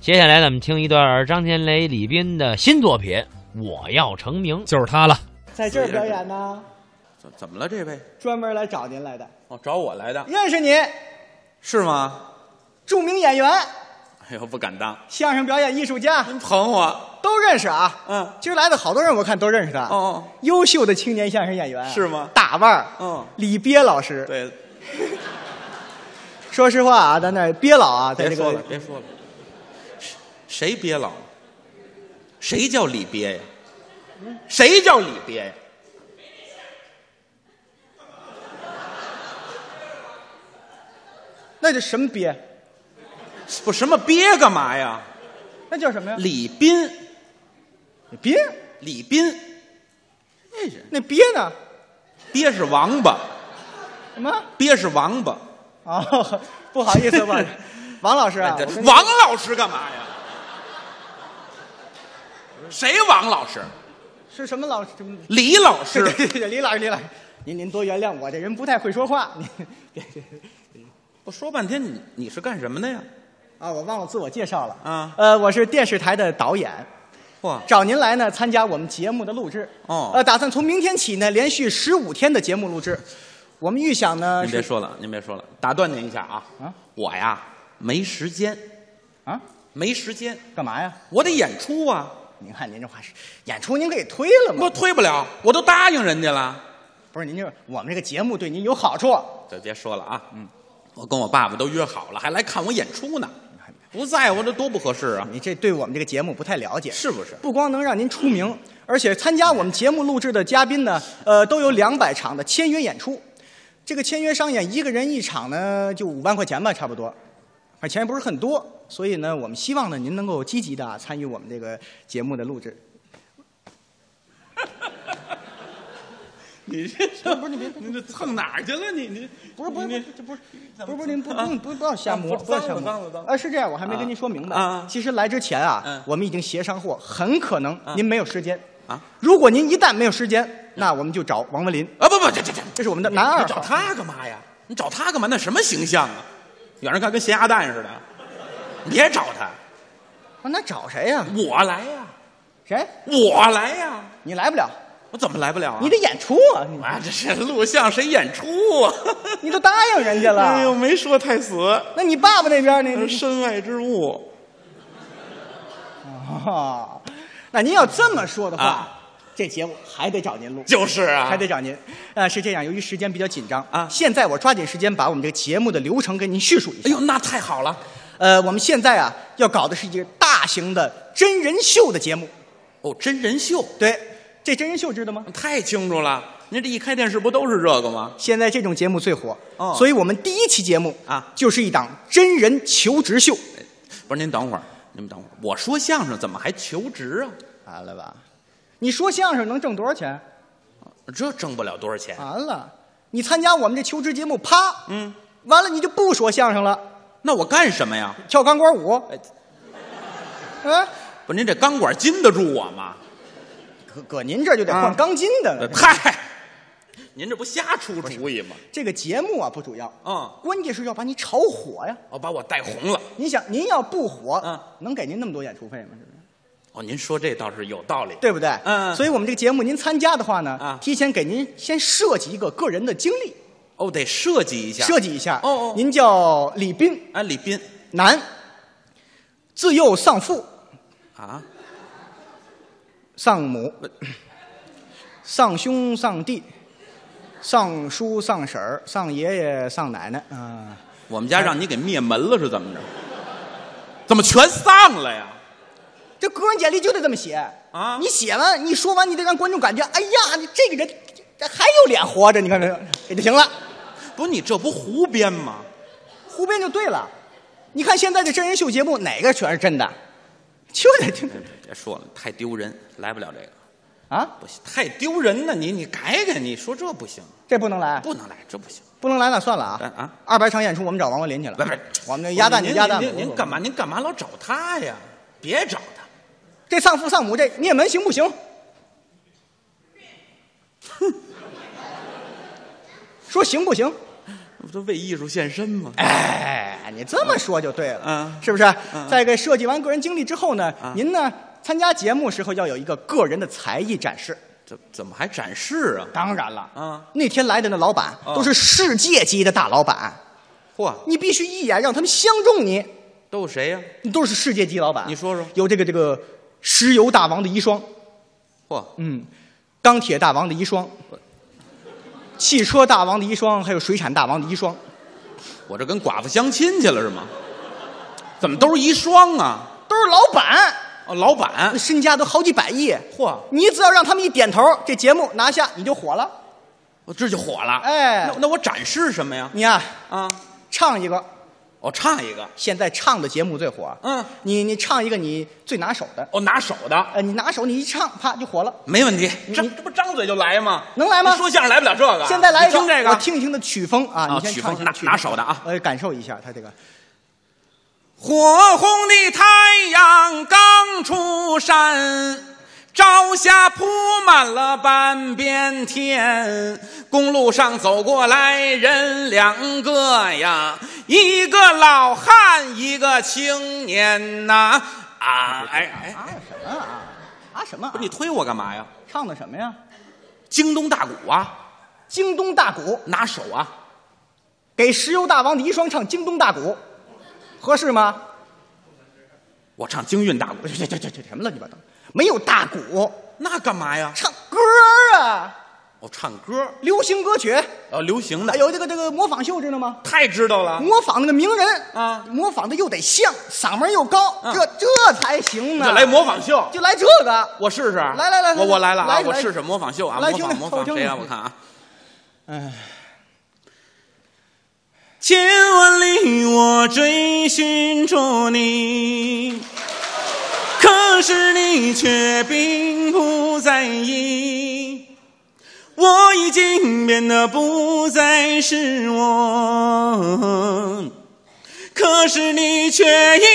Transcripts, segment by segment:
接下来咱们听一段张天雷、李斌的新作品《我要成名》。就是他了。在这儿表演呢，怎怎么了这位？专门来找您来的。哦，找我来的，认识你，是吗？著名演员、哎呦，不敢当，相声表演艺术家捧我，都认识啊。嗯，今儿来的好多人，我看都认识他。哦，优秀的青年相声演员是吗大腕儿，嗯李鳖老师。对，说实话啊，咱那鳖老啊，在别这说了，个别说了，谁谁憋老？谁叫李憋呀？谁叫李憋呀？那叫什么鳖？不什么憋干嘛呀？那叫什么呀？李斌，鳖，李斌，那是那鳖呢？憋是王八，什么？憋是王八。哦， 不好意思，不好 意思，王老师啊，我跟你哎王老师干嘛呀？谁王老师？是什么老师？什么李老对师对对 对，李老师，李老师，您您多原谅我，这人不太会说话。您别别我说半天，你你是干什么的呀？啊，我忘了自我介绍了啊呃，我是电视台的导演，嚯，找您来呢参加我们节目的录制。哦呃，打算从明天起呢，连续十五天的节目录制。我们预想呢您别是说了，您别说了，打断您一下啊！啊我呀没时间，啊，没时间，干嘛呀？我得演出啊，您看您这话是，演出您给推了我吗？推不了，我都答应人家了。不是，您这我们这个节目对您有好处。这别说了啊，嗯，我跟我爸爸都约好了，还来看我演出呢，不在我这多不合适啊，你这对我们这个节目不太了解，是不是？不光能让您出名，而且参加我们节目录制的嘉宾呢，呃，都有两百场的签约演出。这个签约商演一个人一场呢，就五万块钱吧，差不多，而钱也不是很多，所以呢，我们希望呢您能够积极的参与我们这个节目的录制。你这不是你别，你这蹭哪儿去了？你你不是不是你这不是怎不是么不是您不啊不不不要瞎摸，不不要瞎脏了脏了摸脏。了啊，是这样，我还没跟您说明白啊啊其实来之前啊嗯，我们已经协商过，很可能您没有时间啊。如果您一旦没有时间，那我们就找王文林，啊不不这这这。这是我们的男二你找号。他干嘛呀？你找他干嘛？那什么形象啊？远着看跟咸鸭蛋似的。你别找他，啊那找谁呀？我来呀，谁？我来呀，你来不了，我怎么来不了啊？你得演出啊！你啊，这是录像谁演出啊？你都答应人家哎呦，哎了，没说太死，那你爸爸那边呢？ 你身外之物。啊，那您要这么说的话啊，这节目还得找您录。就是啊，还得找您，呃，是这样，由于时间比较紧张啊现在我抓紧时间把我们这个节目的流程给您叙述一下。哎呦，那太好了，呃，我们现在啊要搞的是一个大型的真人秀的节目。哦，真人秀对，这真人秀知道吗？太清楚了。您这一开电视不都是这个吗？现在这种节目最火，哦所以我们第一期节目啊就是一档真人求职秀。不是，您等会儿，你们等会儿，我说相声怎么还求职啊？完了吧？你说相声能挣多少钱？这挣不了多少钱。完了，你参加我们这求职节目，啪，嗯，完了你就不说相声了，那我干什么呀？跳钢管舞哎。哎，不是您这钢管禁得住我吗？搁搁您这儿就得换啊钢筋的了。 嗨，您这不瞎出主意吗？这个节目啊不主要，嗯，关键是要把你炒火呀。哦，把我带红了。您想，您要不火，嗯能给您那么多演出费吗？是不是？哦，您说这倒是有道理。对不对？嗯嗯所以我们这个节目您参加的话呢，啊提前给您先设计一个个人的经历，哦，得设计一下。设计一下。哦哦您叫李斌，啊，李斌男，自幼丧父啊，丧母，丧兄丧弟，丧叔丧婶儿丧爷爷丧奶奶啊、我们家让你给灭门了是怎么着？怎么全丧了呀？这个人简历就得这么写啊你写完，你说完，你得让观众感觉，哎呀，你这个人这还有脸活着？你看这也就行了。不是你这不胡编吗？胡编就对了。你看现在的真人秀节目，哪个全是真的？就得听别别说了，太丢人，来不了这个，啊，不行，太丢人了。你你改改，你说这不行，这不能来，不能来，这不行。不能来那算了啊啊二百场演出，我们找王文林去了。不是，我们那鸭蛋就您鸭蛋吧您您您干？嘛？您干嘛老找他呀？别找他。这丧父丧母这灭门行不行？哼，说行不行？不都为艺术献身吗？哎，你这么说就对了，嗯是不是？在给设计完个人经历之后呢，您呢参加节目时候要有一个个人的才艺展示。怎怎么还展示啊？当然了，嗯那天来的那老板哦都是世界级的大老板，嚯，你必须一眼让他们相中你，都有谁呀、你都是世界级老板。你说说有这个这个石油大王的遗孀，嚯，嗯，钢铁大王的遗孀，汽车大王的遗孀，还有水产大王的遗孀，我这跟寡妇相亲去了是吗？怎么都是遗孀啊？都是老板，哦，老板，身家都好几百亿。嚯，你只要让他们一点头，这节目拿下你就火了。我这就火了。哎那那我展示什么呀？你呀、啊，唱一个，我唱一个，现在唱的节目最火。嗯，你你唱一个你最拿手的，我拿手的，呃，你拿手你一唱，啪就火了。没问题。你张这不张嘴就来吗？能来吗你说相声来不了这个。啊现在来一个，你听这我个。听一听的曲风啊，啊你先曲唱风一听拿曲拿手的啊呃，感受一下他这个。火红的太阳刚出山，朝霞铺满了半边天。公路上走过来人两个呀，一个老汉，一个青年呐。啊，哎哎，啊什么啊？啊什么、不是你推我干嘛呀？唱的什么呀？京东大鼓啊，京东大鼓，拿手啊，给石油大王的遗孀唱京东大鼓，合适吗？我唱京韵大鼓这，这这这这什么乱七八糟？没有大鼓，那干嘛呀？唱歌啊，我唱歌，流行歌曲，呃，流行哎的，有这个这个模仿秀知道吗？太知道了，模仿那个名人啊模仿的又得像，嗓门又高，嗯这这才行呢。就来模仿秀。啊就来这个，我试试，来来来来我我来了来啊，来我试试模仿秀啊，来模听仿听模我仿听谁啊？听我看啊，哎，千万里我追寻着你，可是你却并不在意，我已经变得不再是我，可是你却依然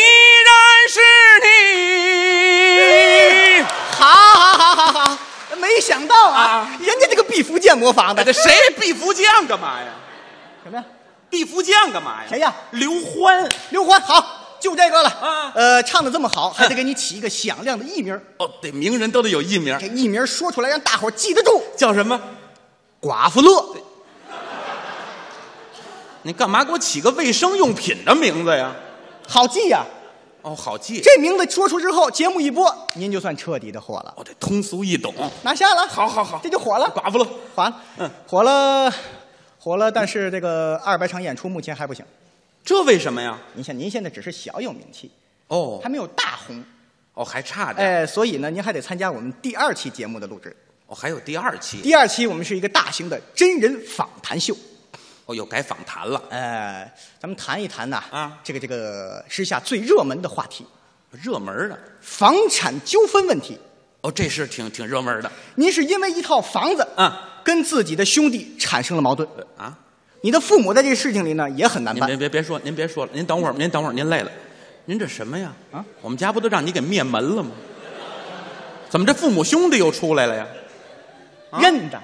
是你。好好好好好，没想到啊啊，人家这个毕福剑模仿 哎，的这谁毕福剑干嘛呀？什么呀？毕福剑干嘛呀？谁呀刘欢。刘欢，好，就这个了。啊呃，唱的这么好，还得给你起一个响亮的艺名，哦，对，名人都得有艺名，这艺名说出来让大伙儿记得住。叫什么？寡妇乐，你干嘛给我起个卫生用品的名字呀？好记呀、哦，好记，这名字说出之后，节目一播，您就算彻底的火了，哦，这通俗易懂。拿下了。好好好这就火了，寡妇了，火了，嗯火了，火了。但是这个二百场演出目前还不行。这为什么呀？您像您现在只是小有名气，哦还没有大红，哦，还差点。哎，所以呢，您还得参加我们第二期节目的录制。哦，还有第二期。第二期我们是一个大型的真人访谈秀，哦，又改访谈了，呃，咱们谈一谈呐、啊这个这个时下最热门的话题热门的。 ——房产纠纷问题。哦，这是挺挺热门的。您是因为一套房子，啊，跟自己的兄弟产生了矛盾，呃啊，你的父母在这个事情里呢也很难您办别。别别说，您别说了，您等会儿，您等会儿，您累了。您这什么呀？啊，我们家不都让你给灭门了吗？怎么这父母兄弟又出来了呀？认得，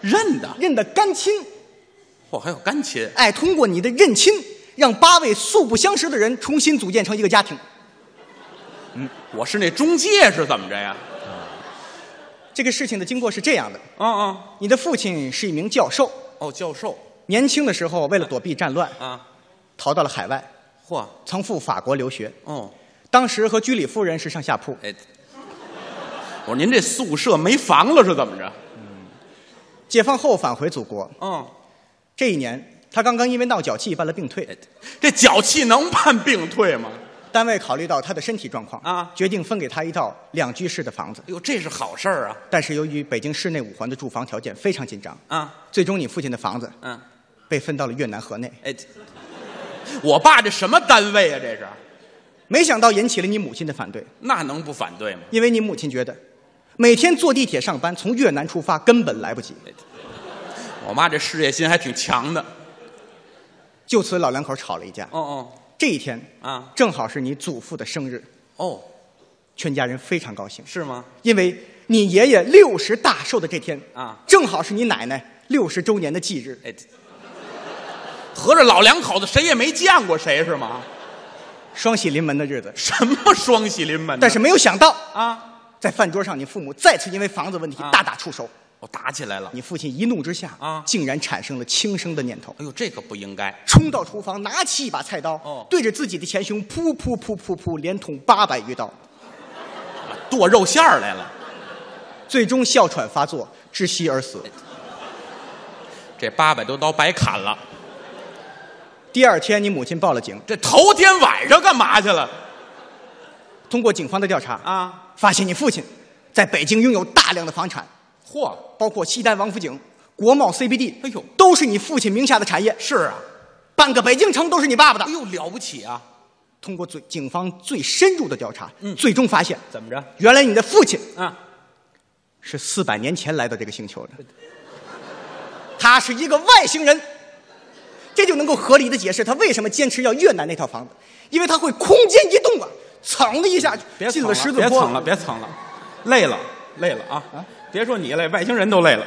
认的，认得干亲，嚯、还有干亲。哎，通过你的认亲，让八位素不相识的人重新组建成一个家庭。我是那中介是怎么着呀？这个事情的经过是这样的：啊啊，你的父亲是一名教授，哦，教授年轻的时候为了躲避战乱，啊，逃到了海外，嚯，曾赴法国留学。哦，当时和居里夫人是上下铺，哎，我说您这宿舍没房了是怎么着？解放后返回祖国。嗯，这一年，他刚刚因为闹脚气办了病退，哎这脚气能判病退吗？单位考虑到他的身体状况啊决定分给他一套两居室的房子。哎呦，这是好事儿啊！但是由于北京市内五环的住房条件非常紧张，啊，最终你父亲的房子嗯，被分到了越南河内。哎，我爸这什么单位啊？这是，没想到引起了你母亲的反对，那能不反对吗？因为你母亲觉得每天坐地铁上班，从越南出发根本来不及。我妈这事业心还挺强的。就此，老两口吵了一架。哦哦这一天啊，正好是你祖父的生日，哦，全家人非常高兴，是吗？因为你爷爷六十大寿的这天啊正好是你奶奶六十周年的忌日。哎，合着老两口子谁也没见过谁是吗？双喜临门的日子。什么双喜临门呢？但是没有想到，啊，在饭桌上，你父母再次因为房子问题啊大打出手。我打起来了。你父亲一怒之下啊竟然产生了轻生的念头，哎呦，这个不应该。冲到厨房，拿起一把菜刀，哦对着自己的前胸噗噗噗噗噗，连捅八百余刀，剁肉馅儿来了，最终哮喘发作，窒息而死。这八百多刀白砍了。第二天，你母亲报了警，这头天晚上干嘛去了？通过警方的调查，啊，发现你父亲在北京拥有大量的房产，嚯，包括西单王府井、国贸 CBD，哎呦都是你父亲名下的产业，是啊，半个北京城都是你爸爸的哎。呦了不起啊！通过最警方最深入的调查，嗯最终发现，怎么着？原来你的父亲啊，是四百年前来到这个星球的，他是一个外星人。这就能够合理的解释他为什么坚持要越南那套房子，因为他会空间移动啊，噌的一下别进了蹭了，十字别坡蹭了，别蹭了，累了，累了啊！嗯别说你累，外星人都累了。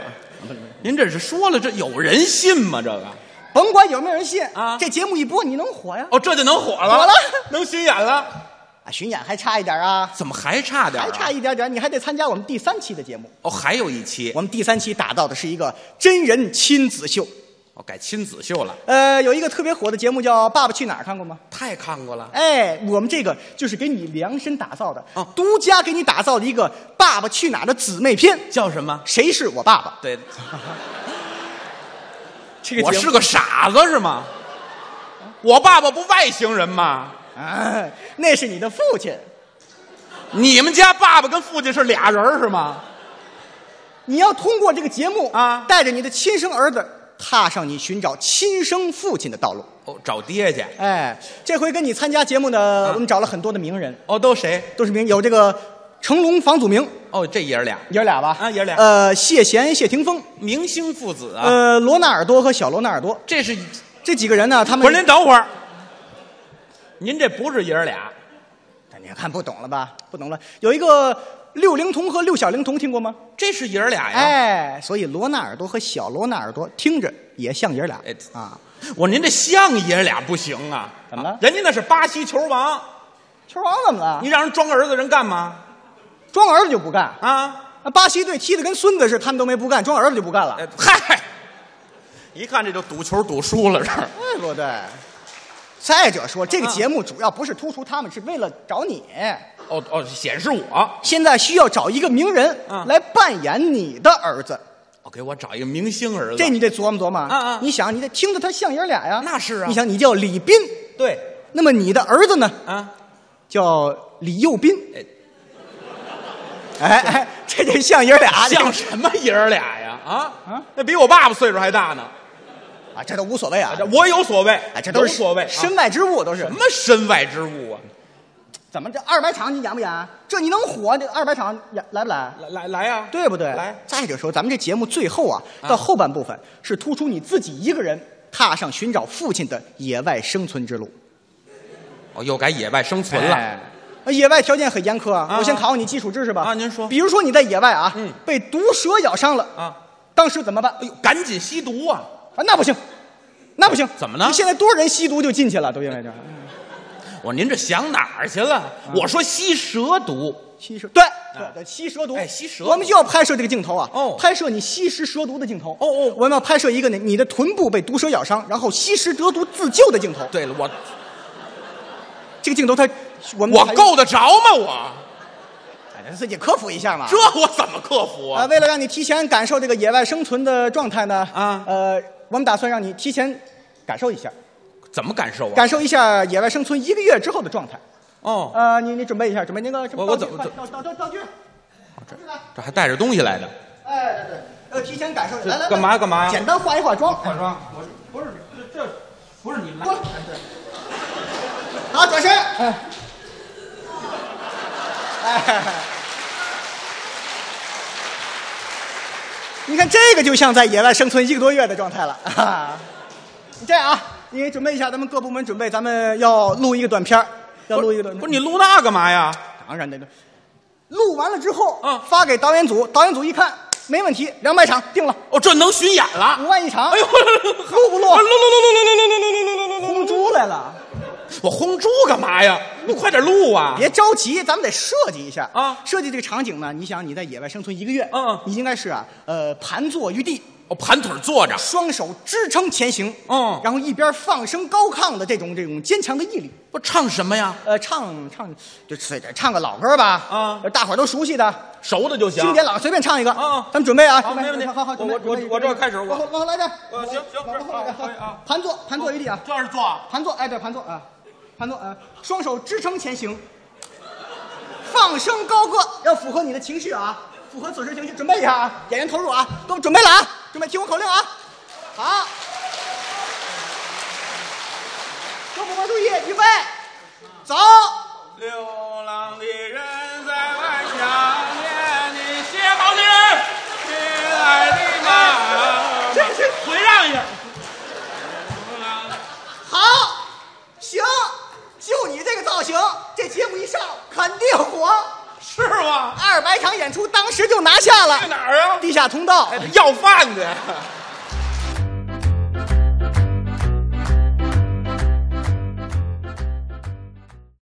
您这是说了，这有人信吗？这个甭管有没有人信啊这节目一播你能火呀！哦，这就能火了，火了能巡演了，啊，巡演还差一点啊，怎么还差点、啊？还差一点点，你还得参加我们第三期的节目。哦，还有一期，我们第三期打造的是一个真人亲子秀，哦，改亲子秀了，呃，有一个特别火的节目叫《爸爸去哪儿》，看过吗？太看过了。哎，我们这个就是给你量身打造的，哦独家给你打造的一个《爸爸去哪儿》的姊妹篇。叫什么？谁是我爸爸？对，这个我节目是个傻子是吗？我爸爸不外星人吗？啊，那是你的父亲。你们家爸爸跟父亲是俩人儿是吗？你要通过这个节目啊带着你的亲生儿子，踏上你寻找亲生父亲的道路。哦，找爹去。哎，这回跟你参加节目呢，我们找了很多的名人，哦，都谁？都是名有这个成龙、房祖名，哦，这爷儿俩，爷儿俩吧？啊爷儿俩呃，谢贤、谢霆锋，明星父子啊。呃，罗纳尔多和小罗纳尔多这是这几个人呢，他们不是您等会儿，您这不是爷儿俩，你看不懂了吧？不懂了。有一个六龄童和六小龄童，听过吗？这是爷儿俩呀。哎，所以罗纳尔多和小罗纳尔多听着也像爷儿俩哎啊。我说您这像爷儿俩不行啊。怎么了人家那是巴西球王，球王怎么了你？让人装儿子，人干嘛装儿子就不干？啊？啊巴西队踢的跟孙子似的，他们都没不干，装儿子就不干了，哎嗨，一看这就赌球赌输了这儿。对不对？哎再者说，这个节目主要不是突出他们，是为了找你。哦哦，显示我，现在需要找一个名人啊来扮演你的儿子，我哦给我找一个明星儿子。这你得琢磨琢磨。啊啊你想，你得听着他像爷儿俩呀。那是啊你想，你叫李斌，对那么你的儿子呢，啊，叫李幼斌。哎哎哎，这得像爷儿俩， 像什么爷儿俩呀？啊啊那比我爸爸岁数还大呢。啊，这都无所谓啊这。我有所谓，哎，这都有是所谓啊。身外之物，都是什么身外之物啊？怎么这二百场你演不演？这你能火？这二百场演来不来？啊来来来呀、对不对？来，再者说，咱们这节目最后啊，到后半部分是突出你自己一个人踏上寻找父亲的野外生存之路。哦，又改野外生存了。哎呃野外条件很严苛啊！啊我先考考你基础知识吧。啊您说比如说你在野外啊嗯，被毒蛇咬伤了，啊，当时怎么办？哎呦，赶紧吸毒啊！啊，那不行，那不行，怎么呢你现在多少人吸毒就进去了，都因为这儿我说您这想哪儿去了？嗯我说吸蛇毒，吸蛇，对啊对对，吸蛇毒，哎吸蛇我们就要拍摄这个镜头啊，哦拍摄你吸食蛇毒的镜头，哦哦我们要拍摄一个你你的臀部被毒蛇咬伤，然后吸食蛇毒自救的镜头。对了，我这个镜头它，我们我还有，够得着吗？我哎自己克服一下嘛。这我怎么克服啊，啊？为了让你提前感受这个野外生存的状态呢，啊呃，我们打算让你提前感受一下，怎么感受啊？感受一下野外生存一个月之后的状态。哦，呃，你你准备一下，准备那个什么我我道具怎么快怎道道道道具，这这还带着东西来的，哎，对对，呃，提前感受一下，来来来，干嘛干嘛呀简单化一化妆，化妆，不是这这不是你们过来，好，转身，哎，哎。你看这个就像在野外生存一个多月的状态了。啊、你这样啊，你准备一下，咱们各部门准备，咱们要录一个短片儿要录一个短片不是你录那干嘛呀？当然得录。录完了之后，嗯发给导演组，导演组一看，没问题，两百场定了，哦，这能巡演了。五万一场。哎呦， 录不录啊录录录录录录录录录录录！红猪来了，我轰猪干嘛呀？你快点录啊！别着急，咱们得设计一下啊设计这个场景呢，你想你在野外生存一个月，嗯嗯你应该是啊，呃，盘坐于地，我盘腿坐着，双手支撑前行，嗯然后一边放声高亢的这种这种坚强的毅力，不唱什么呀？呃，唱唱就随便唱个老歌吧，啊大伙儿都熟悉的熟的就行。经典老，随便唱一个，啊咱们准备啊，好准备没问题好好好，我准备我准备我这准备开始我往后往后来点，呃行行往后好来点可以啊盘坐盘坐于地啊，这是坐，盘坐，哎，对，盘坐啊，盘坐，啊，双手支撑前行，放声高歌，要符合你的情绪啊，符合此时情绪，准备一下啊，演员投入啊，都准备了啊，准备听我口令啊，好，各部门注意，预备，走，流浪的人在外想念你，谢老师，亲爱的妈妈，回让一下。好，行，就你这个造型，这节目一上肯定火，是吗？二百场演出当时就拿下去了，哪儿啊？地下通道。要饭的。